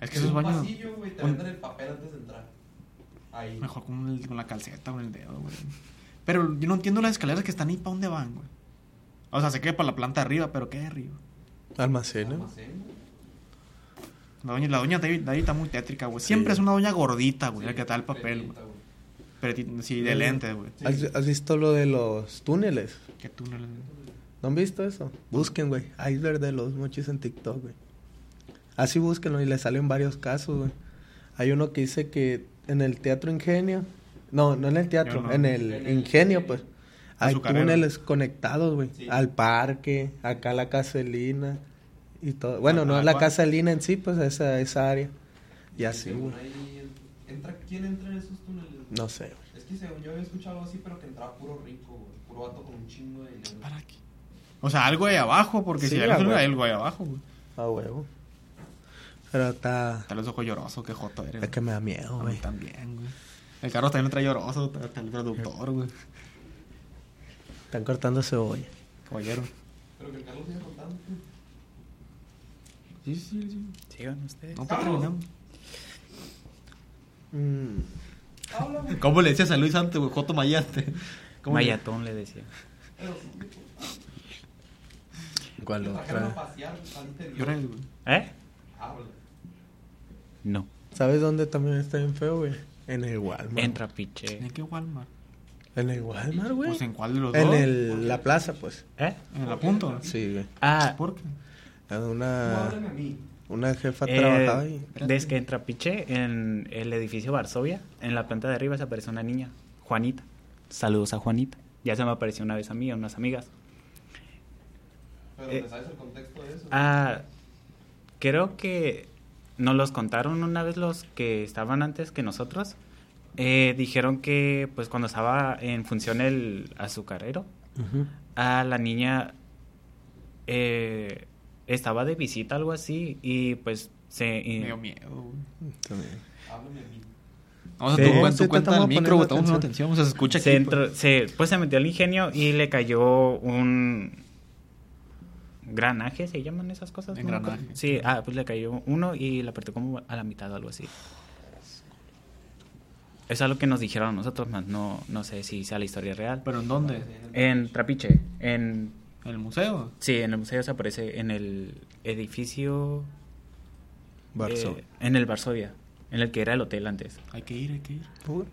Es que En esos un baños. pasillo, güey, te un- venden el papel antes de entrar. Ahí. Mejor con, el- con la calceta o con el dedo, güey. Pero yo no entiendo las escaleras que están ahí. ¿Para dónde van, güey? O sea, se queda para la planta de arriba, pero ¿qué de arriba? Almacén, ¿no? Almacén, güey. La doña, la doña David, David está muy tétrica, güey. Siempre es una doña gordita, güey, la que está el papel, Prendita, güey. güey. Pero ti- sí, de lente, güey. ¿Has, has visto lo de los túneles? Que tú no le- ¿No han visto eso? Busquen, güey. Iceberg de los mochis en TikTok, güey. Así búsquenlo y le salen varios casos, güey. Hay uno que dice que en el Teatro Ingenio. No, no en el teatro, no. en el En el Ingenio, Ingenio. pues. A Hay su carrera. túneles conectados, güey. Sí. Al parque, acá a la caselina y todo. Bueno, Ah, no ah, a la ¿cuál? caselina en sí, pues a esa, esa área. Y así, según güey. ahí entra- ¿Quién entra en esos túneles? güey? No sé, güey. Es que según yo había escuchado algo así, pero que entraba puro rico, güey. Puro vato con un chingo de dinero. ¿Para qué? O sea, algo ahí abajo, porque Sí, si hay ah, algo, güey. hay algo ahí abajo, güey. A huevo. Pero está. Están los ojos llorosos, qué joto eres. Es que me da miedo, güey. A mí güey. también, güey. El carro también entra lloroso, hasta el productor, güey. Están cortando cebolla. Caballero. Pero que el Carlos siga contando. pues. güey. Sí, sí, sí. Sigan ustedes. No, pues terminamos. Mm. Habla, güey. Mm. ¿Cómo le decías a Luis antes, güey? Joto Mayate. *laughs* ¿Cómo le- Mayatón le decía. ¿Cuál Trajeron a otra? pasear, saliste de Llorales, güey. ¿Eh? Habla. No. ¿Sabes dónde también está bien feo, güey? En el Walmart. Entra piche. ¿En qué Walmart? En el Walmart, güey. Pues en cuál de los En dos. el, la plaza, pues. ¿Eh? En el apunto. Sí, güey. Ah, ¿Por qué? No Una, hablen a mí. una jefa eh, trabajaba ahí. desde que entra piche en el edificio Varsovia, en la planta de arriba se apareció una niña, Juanita. Saludos a Juanita. Ya se me apareció una vez a mí, a unas amigas. Pero Eh. ¿te sabes el contexto de eso? Ah, creo que nos los contaron una vez los que estaban antes que nosotros. Eh, dijeron que pues cuando estaba en función el azucarero, a la niña eh, estaba de visita, algo así, y pues se... y- Me dio miedo, güey. También. Háblame a mí. No, o sea, Sí, tú, sí, cuenta, te tú cuenta estamos el micro, güey. Estamos poniendo poniendo atención. O sea, se escucha aquí. se pues. entró- se, pues se metió al ingenio y le cayó un granaje, se llaman esas cosas. me acuerdo. Engranaje. Sí, ah, pues le cayó uno y la partió como a la mitad o algo así. Es algo que nos dijeron a nosotros, más no, no sé si sea la historia real. ¿Pero en dónde? Eh. En Trapiche, en ¿En el museo? sí, en el museo se aparece en el edificio Varsovia. eh, en el Varsovia, en el que era el hotel antes. Hay que ir, hay que ir. Pur-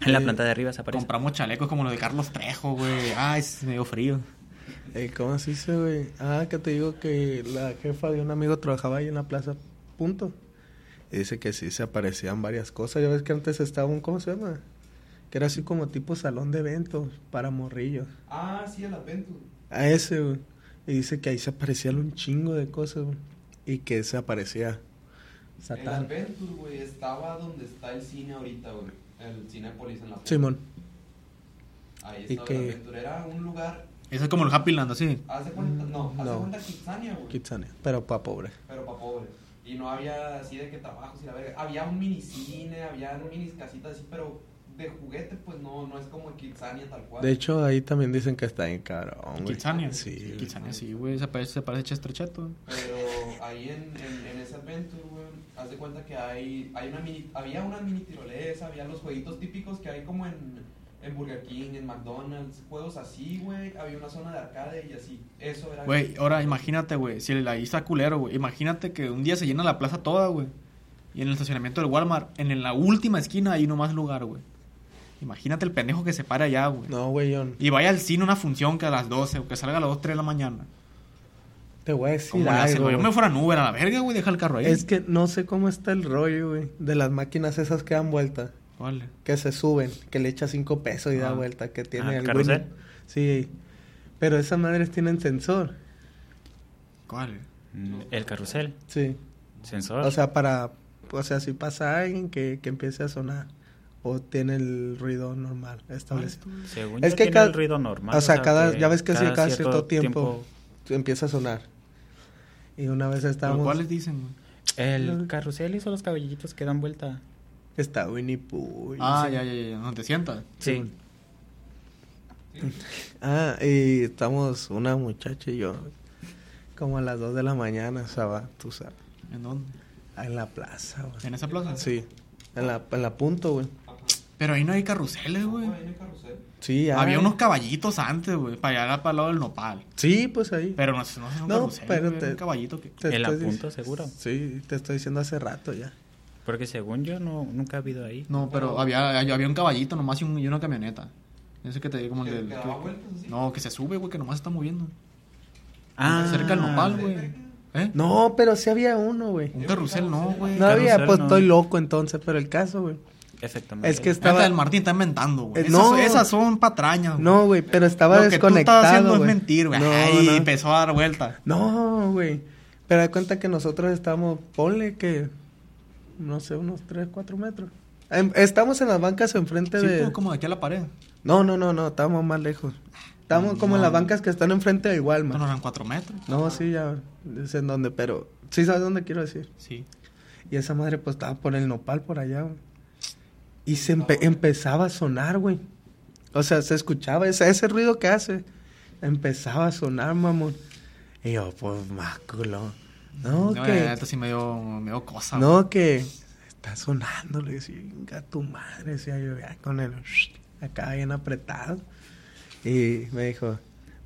En la Eh, planta de arriba se aparece. Compramos chalecos como los de Carlos Trejo, güey. Ay, se me dio frío. Eh, ¿Cómo así se dice, güey? Ah, que te digo que la jefa de un amigo trabajaba ahí en la plaza, punto. Y dice que sí se aparecían varias cosas. Ya ves que antes estaba un, ¿cómo se llama? Que era así como tipo salón de eventos para morrillos. Ah, sí, el Adventure. A ese, güey. Y dice que ahí se aparecían un chingo de cosas, güey. Y que se aparecía El Satán. Adventure, güey, estaba donde está el cine ahorita, güey. El Cinépolis en la Simón. Ahí Y estaba que- el Adventure. Era un lugar. Ese es como el Happy Land, así. Hace cuenta. No, hace Mm, No. cuenta Kitsania, güey. Kitsania. Pero pa' pobre. pero para pobres. Y no había así de que trabajos y la verga. Había un minicine, había minis casitas así, pero de juguete, pues no, no es como Kitsania tal cual. De hecho, ahí también dicen que está en cabrón, güey. Kitsania. Sí. güey. Kitsania, sí, güey. Se parece, se parece Chester Cheto. Pero ahí en, en, en ese adventure, güey, haz de cuenta que hay, hay una mini, había una mini tirolesa, había los jueguitos típicos que hay como en, en Burger King, en McDonald's, juegos así, güey, había una zona de arcade y así. Eso era... Güey, ahora imagínate, güey. Si el- ahí está culero, güey. Imagínate que un día se llena la plaza toda, güey. Y en el estacionamiento del Walmart, en la última esquina, hay nomás lugar, güey. Imagínate el pendejo que se para allá, güey. No, güey, yo Y vaya al cine una función que a las 12 o que salga a las 2, 3 de la mañana. te voy a Como decir le hacen, algo. güey? Yo güey. me fuera en Uber a la verga, güey. Deja el carro ahí. Es que no sé cómo está el rollo, güey. De las máquinas esas que dan vuelta, Vale. que se suben, que le echa cinco pesos y da Ah. vuelta, que tiene Ah, el carrusel. Winnie. Sí. Pero esas madres tienen sensor. ¿Cuál? Mm, El carrusel, Sí. sensor. O sea, para. O sea, si pasa alguien que, que empiece a sonar. O tiene el ruido normal establecido. Según Es yo que tiene cada- el ruido normal. o sea, cada- que ya ves que sí, cada cierto tiempo- Empieza a sonar. Y una vez ¿Pero estábamos. ¿Cuáles dicen, güey? El carrusel hizo los caballitos que dan vuelta. Está Winnie Pooh. y Ah, ese- ya, ya, ya. No te sientas. Sí. Ah, y estamos una muchacha y yo, como a las 2 de la mañana, o sea, va, tú sabes, ¿En dónde? en la plaza, güey. ¿En esa plaza? Sí, en la, en la punto, güey. Pero ahí no hay carruseles, güey. Güey, en el carrusel. Sí, hay. Había unos caballitos antes, güey. Para allá, para el lado del nopal. Sí, pues ahí. Pero no, no es un No, carrusel, pero güey, era te- un caballito que... Te el estoy dic- apunto, seguro. Sí, te estoy diciendo hace rato ya. Porque según yo, no, nunca ha habido ahí. No, pero había, había un caballito nomás y, un- y una camioneta. Ese que te digo como el ¿Que- del... que daba vueltas así? No, que se sube, güey, que nomás se está moviendo. Cerca del nopal, Ah, güey. ¿Eh? No, pero sí había uno, güey. Un carrusel no, güey. No había, carrusel, pues no. estoy loco entonces, pero el caso, güey. Efectivamente. Es que Estaba... estaba... del Martín está inventando, güey. Eh, Esas- no. Esas, son patrañas, güey. No, güey, pero estaba Lo que tú estabas haciendo desconectado, es güey. mentir, güey. No, Ay, no. empezó a dar vueltas. No, güey. Pero da cuenta que nosotros estamos, ponle que, no sé, unos 3, 4 metros. Em- Estamos en las bancas enfrente Sí, de... pues, como de aquí a la pared. No, no, no, no, estamos más lejos. Estamos como en las bancas que están enfrente de No, Walmart. eran cuatro metros. No, sí, ya, es en donde, pero... Sí, ¿sabes dónde quiero decir? Sí. Y esa madre pues estaba por el nopal por allá, güey. Y se empe- empezaba a sonar, güey. O sea, se escuchaba ese, ese ruido que hace. Empezaba a sonar, mamón. Y yo, pues, más culo. No, No, que... esto sí me dio, me dio cosa, güey. No, que está sonando, le decía, "Venga, tu madre, decía yo, ya, con el... acá bien apretado. Y me dijo,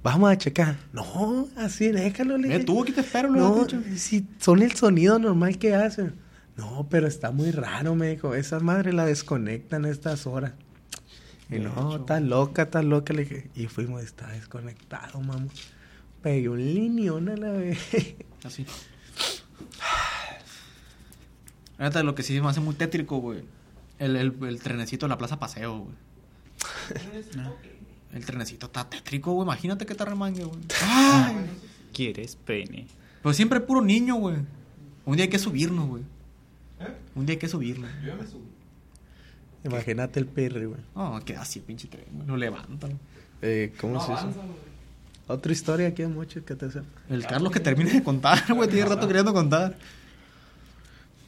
vamos a checar. No, así déjalo, le Mira, dije. tú aquí te espero, lo No, has dicho. si son el sonido normal que hacen. No, pero está muy raro, me dijo. Esa madre la desconectan a estas horas. Y De no, hecho. está loca, está loca, le dije. Y fuimos, está desconectado, mamá. Pegué un lineón a la vez. *laughs* Así. La neta, lo que sí me hace muy tétrico, güey. El, el, el trenecito de la Plaza Paseo, güey. El trenecito está tétrico, güey. Imagínate que te remangue, güey. ¡Ay! ¿Quieres pene? Pero siempre puro niño, güey. Un día hay que subirnos, güey. ¿Eh? Un día hay que subirnos. Yo ya me subí. Imagínate el perro, güey. No, queda así el pinche tren, güey. Lo levantan. Eh, ¿Cómo No se dice? avanza, güey. Otra historia aquí hay mucho que te sepa. El Carlos que termine de contar, *laughs* güey. Tiene rato queriendo contar.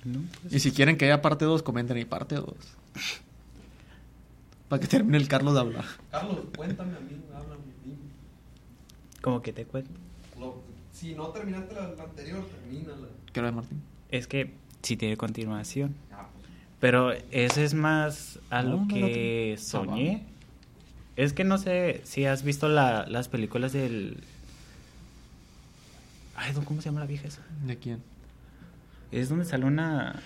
No, pues. Y si quieren que haya parte 2, comenten ahí parte 2. Para que termine el Carlos de hablar. Carlos, cuéntame a mí, háblame, dime. Como que te cuento. Lo- si no terminaste la, la anterior, termínala. ¿Qué hora es, Martín? Es que sí tiene continuación. Ah, pues, Pero ese es más a No, lo no lo que tengo. Ah, soñé. Es que no sé si has visto la- las películas del... Ay, no, ¿cómo se llama la vieja esa? ¿De quién? Es donde sale una...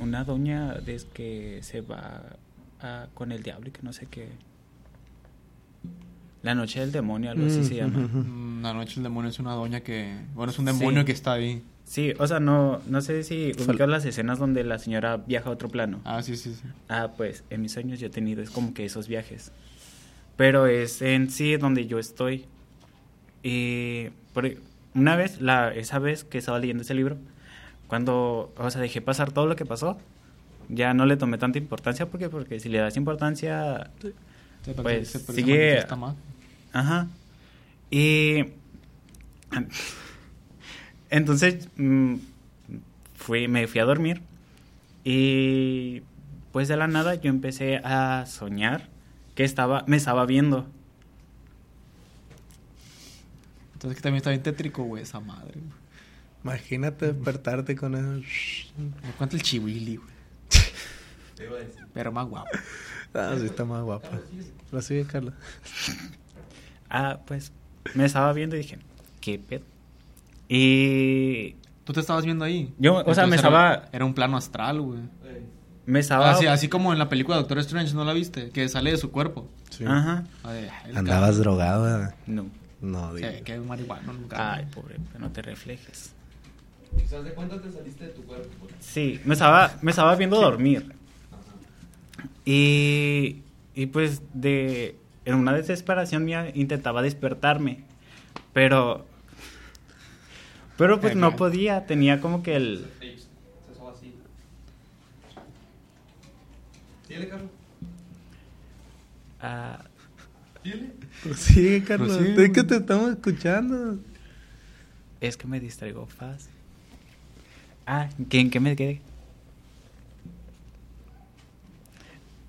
Una doña de que se va a- con el diablo y que no sé qué. La noche del demonio, algo así se llama. Mm, La noche del demonio es una doña que. Bueno, es un demonio Sí. que está ahí. Sí, o sea, no, no sé si ubicas las escenas donde la señora viaja a otro plano. Ah, sí, sí, sí. Ah, pues en mis sueños yo he tenido es como que esos viajes. Pero es en sí donde yo estoy. Y por- e, una vez, la, esa vez que estaba leyendo ese libro, cuando, o sea, dejé pasar todo lo que pasó, ya no le tomé tanta importancia porque, porque si le das importancia, Se- Pues, se- se sigue- manifiesta más. Ajá. Y. Entonces. mm, Fui, me fui a dormir. Y. Pues de la nada yo empecé a soñar que estaba, me estaba viendo. Entonces que también está bien tétrico, güey, esa madre. Imagínate despertarte con eso. Me cuenta el chihuili, güey. te iba a decir. Pero más guapo. Ah, sí, está más guapa. La sigue, Carla. Ah, pues me estaba viendo y dije, ¿qué pedo? Y ¿Tú te estabas viendo ahí? Yo, o sea, era- me estaba- Ah, Era un plano astral, güey. Eh, me estaba. Así, así como en la película de Doctor Strange, ¿no la viste? Que sale de su cuerpo. Ajá. A ver, el Andabas drogado. ¿verdad? No. No, ca- digo. Sí, que es marihuana nunca. Ay, pobre, no te reflejes. o sea, haz de cuenta te saliste de tu cuerpo. pues. Sí, me estaba, me estaba viendo dormir. Y, y pues de, en una desesperación mía intentaba despertarme, pero, pero pues no Ajá. podía, tenía como que el... Ey, Se soba así. Dile, Carlos. ah, Dile. Pues Sigue, Carla. Pues sí, es que güey. te estamos escuchando. es que me distraigo fácil. Ah, ¿que- ¿en qué me quedé?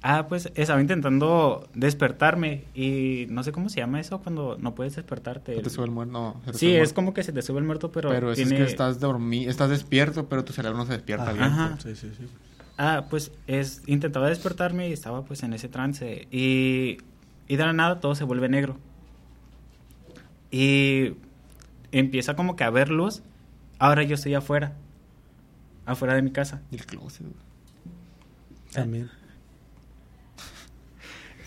Ah, pues estaba intentando despertarme y no sé cómo se llama eso cuando no puedes despertarte. Se te el- sube el muerto. No, se te Sí, sube el es muerto. como que se te sube el muerto, pero, Pero, eso es tiene... que estás dormido, estás despierto, pero tu cerebro no se despierta bien. Ajá. Sí, sí, sí. Ah, pues es, intentaba despertarme y estaba pues en ese trance. Y, y de la nada todo se vuelve negro. Y empieza como que a ver luz. Ahora yo estoy afuera. Afuera de mi casa. Y el closet, güey. También.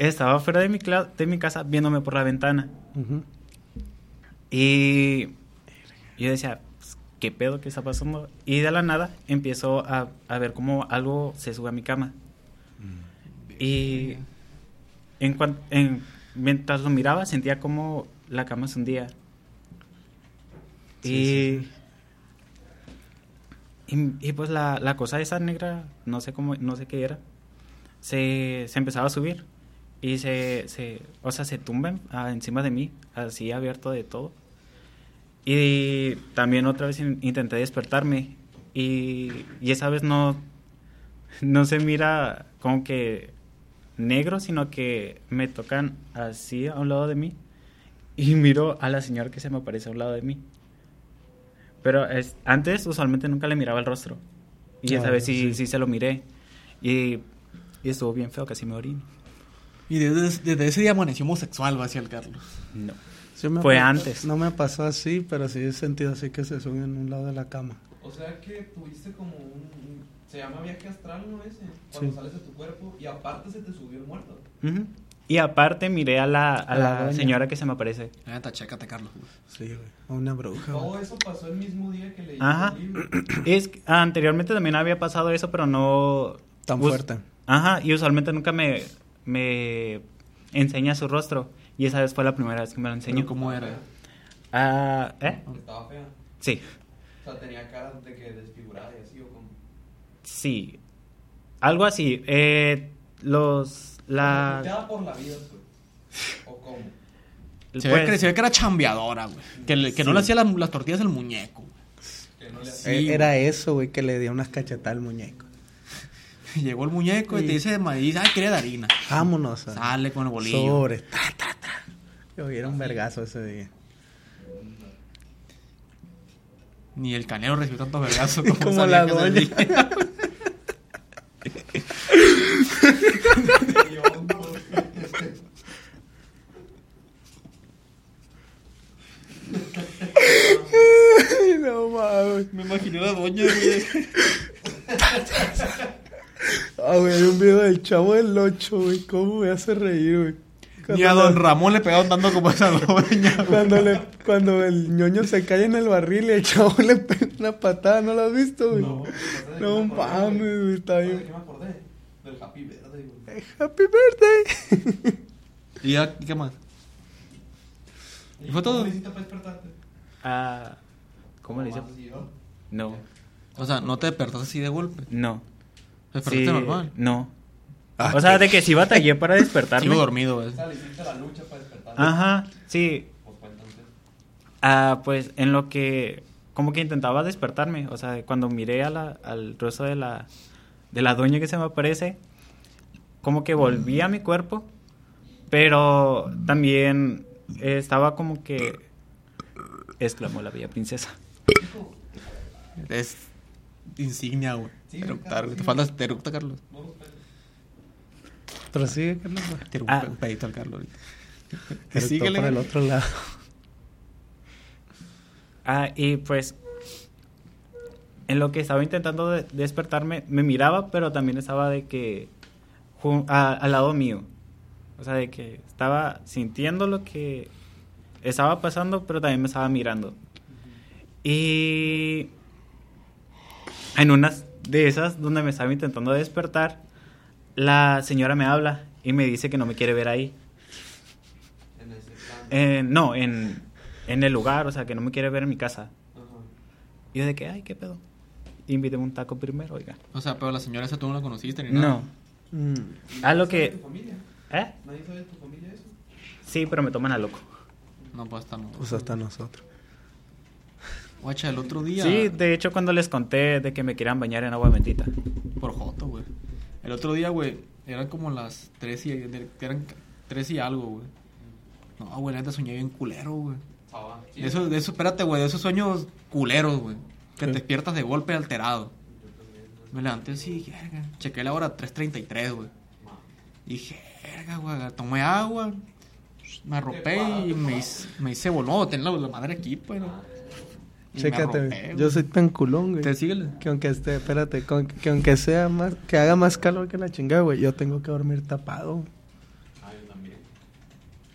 Estaba afuera de mi, cla- de mi casa viéndome por la ventana. Ujú. Y yo decía, "Pues, ¿qué pedo que está pasando? Y de la nada empiezo a, a ver cómo algo se sube a mi cama. Y en cuan- en- mientras lo miraba sentía como la cama se hundía. y, y y pues la, la cosa esa negra, no sé cómo, no sé qué era, se, se empezaba a subir y se, se o sea, se tumban ah, encima de mí, así abierto de todo. Y también otra vez in- intenté despertarme y, y esa vez no, no se mira como que negro, sino que me tocan así a un lado de mí y *laughs* miro a la señora que se me aparece a un lado de mí. Pero es- antes usualmente nunca le miraba el rostro y Ah, esa vez sí, sí. sí se lo miré. Y Y estuvo bien feo, casi me orino. Y desde, desde ese día amaneció homosexual, va hacia el Carlos. No. Sí me Fue pa- antes. No me pasó así, pero sí he sentido así que se suben en un lado de la cama. O sea que tuviste como un. un- Se llama viaje astral, ¿no? Ese. Cuando Sí. sales de tu cuerpo y aparte se te subió el muerto. Ujú. Y aparte miré a la, a A la la doña. señora que se me aparece. Neta, Ah, chécate, Carlos. Sí, güey. A una bruja. güey. Todo eso pasó el mismo día que leí Ajá. el libro. *clears throat* Es que anteriormente también había pasado eso, pero no... Tan us- fuerte. Ajá, y usualmente nunca me, me enseña su rostro. Y esa vez fue la primera vez que me lo enseñó. Pero ¿Cómo era? Ah, ¿eh? Estaba fea. Sí, O sea, tenía cara de que desfigurada y así o como. sí. Algo así. Eh, los... Ah. La... Puteada por la vida, pues. ¿O cómo? Se, pues, ve que, se ve que era chambeadora, güey. Que, le- que no le hacía las, las tortillas al muñeco. Que no le hacía. Eh, Sí, Era eso, güey, que le dio unas cachetadas al muñeco. *laughs* Llegó el muñeco y te Sí. Ah, dice de maíz, ay, quería de harina. Vámonos. a- Sale con el bolillo. Sobre. Ta, ta, ta. Yo era un vergazo ese *laughs* día. Ni el canelo recibió tantos *laughs* vergazos como, Como esa la vieja ese doña. día. Y hondo, güey. *laughs* no *laughs* mames. Me imaginé la doña, güey. Ah, güey, hay un video del chavo del 8, güey. ¿Cómo me hace reír, güey? Ni a Cuando don le- Ramón le pegaron tanto como a esa doña, güey. *laughs* Cuando, le, cuando el ñoño se cae en el barril y el chavo le pega una patada, ¿no lo has visto, güey? No, No mames, güey, está ¿Sabes de bien. qué me acordé? Del Happy Verde, güey. Happy birthday. *laughs* ¿Y ya, qué más? ¿Y fue todo? ¿Cómo le hiciste para despertarte? ah, ¿Cómo le dice? Nomás así, ¿no? No, O sea, no te despertaste así de golpe. no. Te despertaste Sí, normal. No. Ah, o sea, de que sí batallé para Sigo despertarme. dormido, güey. O sea, le hiciste la lucha para Ah, despertarte. Ajá, sí. Pues cuéntanos. Ah, pues en lo que como que intentaba despertarme, o sea, cuando miré a la- al rostro de la de la doña que se me aparece, como que volví a mi cuerpo, pero también eh, estaba como que exclamó la bella princesa. Es insignia, güey. Sí, Eructar, claro, güey. Te sí. falta te eructa, Carlos. No los peles. Pero sigue, Carlos. güey. Te eructa Ah. un pedito al Carlos. *laughs* ahorita. Y Pero todo síguele, para el güey. otro lado. Ah, y pues en lo que estaba intentando de- despertarme, me miraba, pero también estaba de que ju- a- al lado mío. O sea, de que estaba sintiendo lo que estaba pasando, pero también me estaba mirando. Y en unas de esas donde me estaba intentando despertar, la señora me habla y me dice que no me quiere ver ahí. En ese plan. Eh, no, en, en el lugar, o sea, que no me quiere ver en mi casa. Ajá. Y yo de que, ay, qué pedo. Invíteme un taco primero, oiga. O sea, pero la señora esa tú no la conociste ni nada. No. Mm. Ah, lo ¿Nadie sabe de que- tu familia? ¿Eh? ¿Nadie sabe de tu familia eso? Sí, pero me toman a loco. No, pues hasta no. Pues hasta nosotros. Guacha, el otro día. ah. Sí, de hecho, cuando les conté de que me querían bañar en agua bendita. Por Joto, güey. El otro día, güey, eran como las 3 y, de- eran 3 y algo, güey. No, güey, neta soñé bien culero, güey. Chava. De eso, de eso, espérate, güey, de esos sueños culeros, güey. Que te despiertas de golpe alterado. Me levanté así, jerga. Chequé la hora 3.33, güey. Dije, jerga, güey, tomé agua. Me arropé y me hice, me hice boludo. Ten la, la madre aquí, pues. ¿no? Y me Chécate, arropé, güey. güey. Yo soy tan culón, güey. Te síguele. Que aunque esté, espérate, con- que aunque sea más, que haga más calor que la chingada, güey, yo tengo que dormir tapado. Ah, yo también.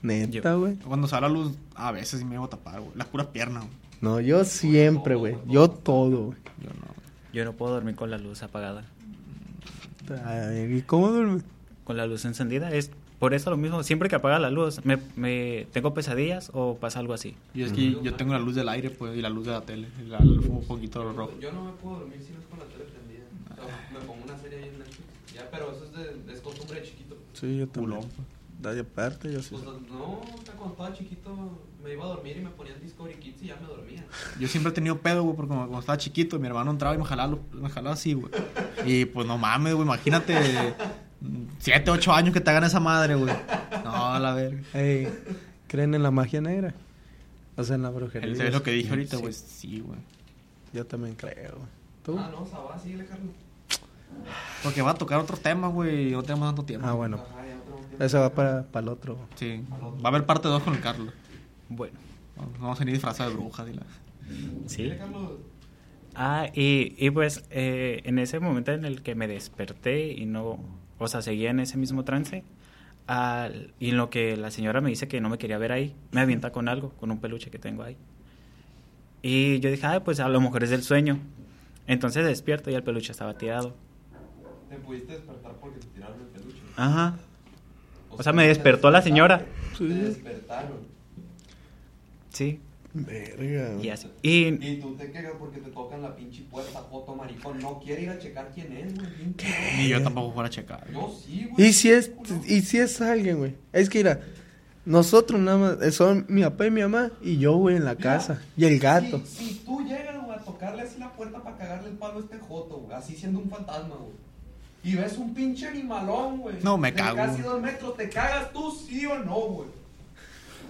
Neta, Yo. güey. Cuando sale la luz, a veces sí me voy a tapar, güey. Las puras piernas, güey. No, yo siempre, güey. Yo todo, güey. Yo no, güey. Yo no puedo dormir con la luz apagada. Ay, ¿Y cómo duerme? Con la luz encendida es por eso lo mismo. Siempre que apaga la luz, me, me- tengo pesadillas o pasa algo así. Y es que yo tengo la luz del aire, pues, y la luz de la tele. Y la, un poquito rojo. Yo no me puedo dormir si no es con la tele prendida. O sea, me pongo una serie ahí en Netflix. Ya, pero eso es, de, es costumbre de chiquito. Sí, yo Culón, también. Dale aparte, yo sí. Pues no, o sea, cuando estaba chiquito me iba a dormir y me ponían Discovery Kids y ya me dormía. Yo siempre he tenido pedo, güey, porque como- cuando estaba chiquito, mi hermano entraba y me jalaba, lo- me jalaba así, güey. Y pues no mames, güey, imagínate mm, siete, ocho años que te hagan esa madre, güey. No, a la verga. Ey, ¿creen en la magia negra? O sea, en la brujería. Es lo que dije Sí, ahorita, sí. güey. Sí, güey. Yo también creo. ¿Tú? Ah, no, Sabá, síguele, Carlos. Porque va a tocar otro tema, güey. y No tenemos tanto tiempo. Ah, bueno. Ajá, ya otro tiempo. Eso va para, para el otro. Sí. Va a haber parte 2 con el Carlos. Bueno, Vamos a venir disfrazados de brujas y la. sí. Carlos, Ah, y, y pues eh, en ese momento en el que me desperté y no, o sea, seguía en ese mismo trance, al- y en lo que la señora me dice que no me quería ver ahí, me avienta con algo, con un peluche que tengo ahí. Y yo dije, ah, pues a lo mejor es del sueño. Entonces despierto y el peluche estaba tirado. te pudiste despertar porque te tiraron el peluche. Ajá. O sea, me despertó la señora. Te despertaron. Sí, Verga. y así. Y Y tú te quejas porque te tocan la pinche puerta, foto, maricón. No quiere ir a checar quién es, güey. pinche. Ni yo tampoco fuera a checar. Yo sí, güey. ¿Y si es, y si es alguien, güey? Es que mira, nosotros nada más, eh, son mi papá y mi mamá y yo, güey, en la casa. Y el gato. Si, si tú llegas, güey, a tocarle así la puerta para cagarle el palo a este joto, güey, así siendo un fantasma, güey. Y ves un pinche animalón, güey. No, me de cago. Casi dos metros, ¿te cagas tú sí o no, güey?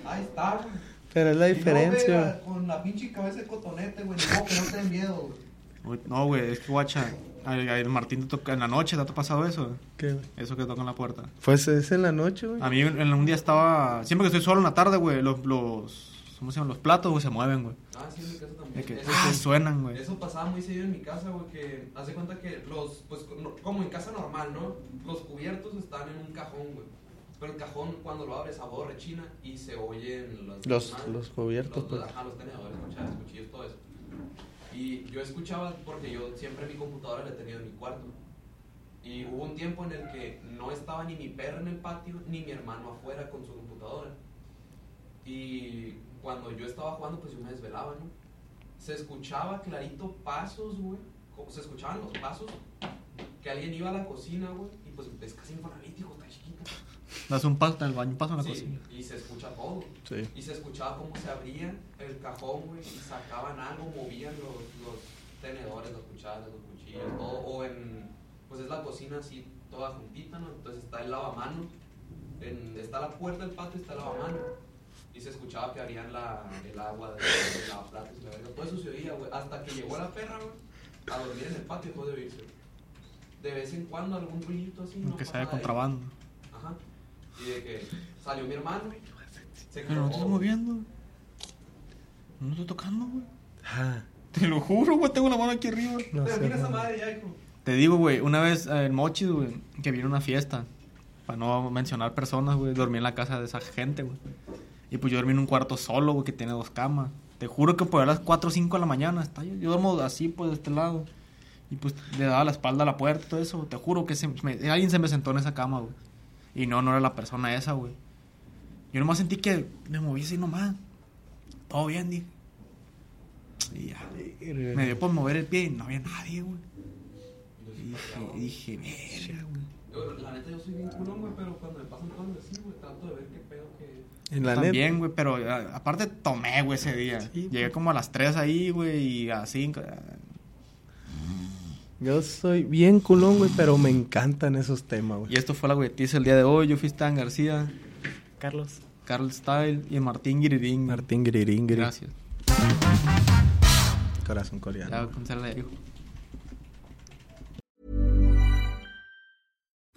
Ahí está, güey. Pero es la Y no, güey, diferencia. la- con la pinche cabeza de cotonete, güey. No, que no te dé miedo, güey. Uy, No, güey, es que guacha. Al, al Martín te toca en la noche, ¿te ha pasado eso? ¿Qué, güey? Eso que toca en la puerta. Pues es en la noche, güey. A mí en, en un día estaba. Siempre que estoy solo en la tarde, güey, los, los. ¿Cómo se llaman? Los platos, güey, se mueven, güey. Ah, sí, en mi casa también. De que Eso ah, sí. suenan, güey. Eso pasaba muy seguido en mi casa, güey, que hace cuenta que los, pues, co- no- como en casa normal, ¿no? Los cubiertos están en un cajón, güey. Pero el cajón, cuando lo abres, sabor rechina y se oyen los... Los- madres, los cubiertos, los- pues. Ajá, los tenedores, cucharas, cuchillos, todo eso. Y yo escuchaba, porque yo siempre mi computadora la tenía en mi cuarto. Y hubo un tiempo en el que no estaba ni mi perro en el patio, ni mi hermano afuera con su computadora. Y cuando yo estaba jugando, pues yo me desvelaba, ¿no? Se escuchaba clarito pasos, güey. como- Se escuchaban los pasos. Que alguien iba a la cocina, güey. Y pues es casi infonalítico, está chiquito. Das un paso en el baño, un paso en la Sí, cocina. y se escucha todo. Sí. Y se escuchaba cómo se abría el cajón, güey, y sacaban algo, movían los, los tenedores, los cucharas, los cuchillos, todo. O en, pues es la cocina así, toda juntita, ¿no? Entonces está el lavamano, en- está la puerta del patio, está el lavamano. Y se escuchaba que abrían la, el agua de- del lavaplatos, y la verga. Todo eso se oía, güey, hasta que llegó la perra, güey, a dormir en el patio después de irse. De vez en cuando algún ruidito así, Que pasa sea de nada. contrabando. Ajá. Y de que salió mi hermano, güey, se Pero no te quedó, estás güey. moviendo. No estoy tocando, güey. Ah, Te lo juro, güey, tengo la mano aquí arriba. no Pero sé, mira esa mamá. madre ya, hijo. Te digo, güey, una vez eh, en Mochis, güey, que vino una fiesta. Para no mencionar personas, güey, dormí en la casa de esa gente, güey. Y pues yo dormí en un cuarto solo, güey, que tiene dos camas. Te juro que por a las 4 o 5 de la mañana, está, yo, yo duermo así, pues, de este lado. Y pues le daba la espalda a la puerta y todo eso. Te juro que se me- alguien se me sentó en esa cama, güey. Y no, no era la persona esa, güey. Yo nomás sentí que me moví así nomás. Todo bien, dije. Y ya. Me dio por mover el pie y no había nadie, güey. Y dije, y dije, verga, güey. Yo, la neta, yo soy bien culón, güey, pero cuando me pasan cosas así, güey, trato de ver qué pedo que... En la neta. También, güey, pero a- aparte tomé, güey, ese día. Llegué como a las 3 ahí, güey, y a 5. Yo soy bien culón, güey, pero me encantan esos temas, güey. Y esto fue la güeyetiza el día de hoy. Yo fui Stan García, Carlos, Carl Style y Martín Giridín. Martín Grirín, Grirín. Gracias. Corazón Ya, coreano. con ser le digo.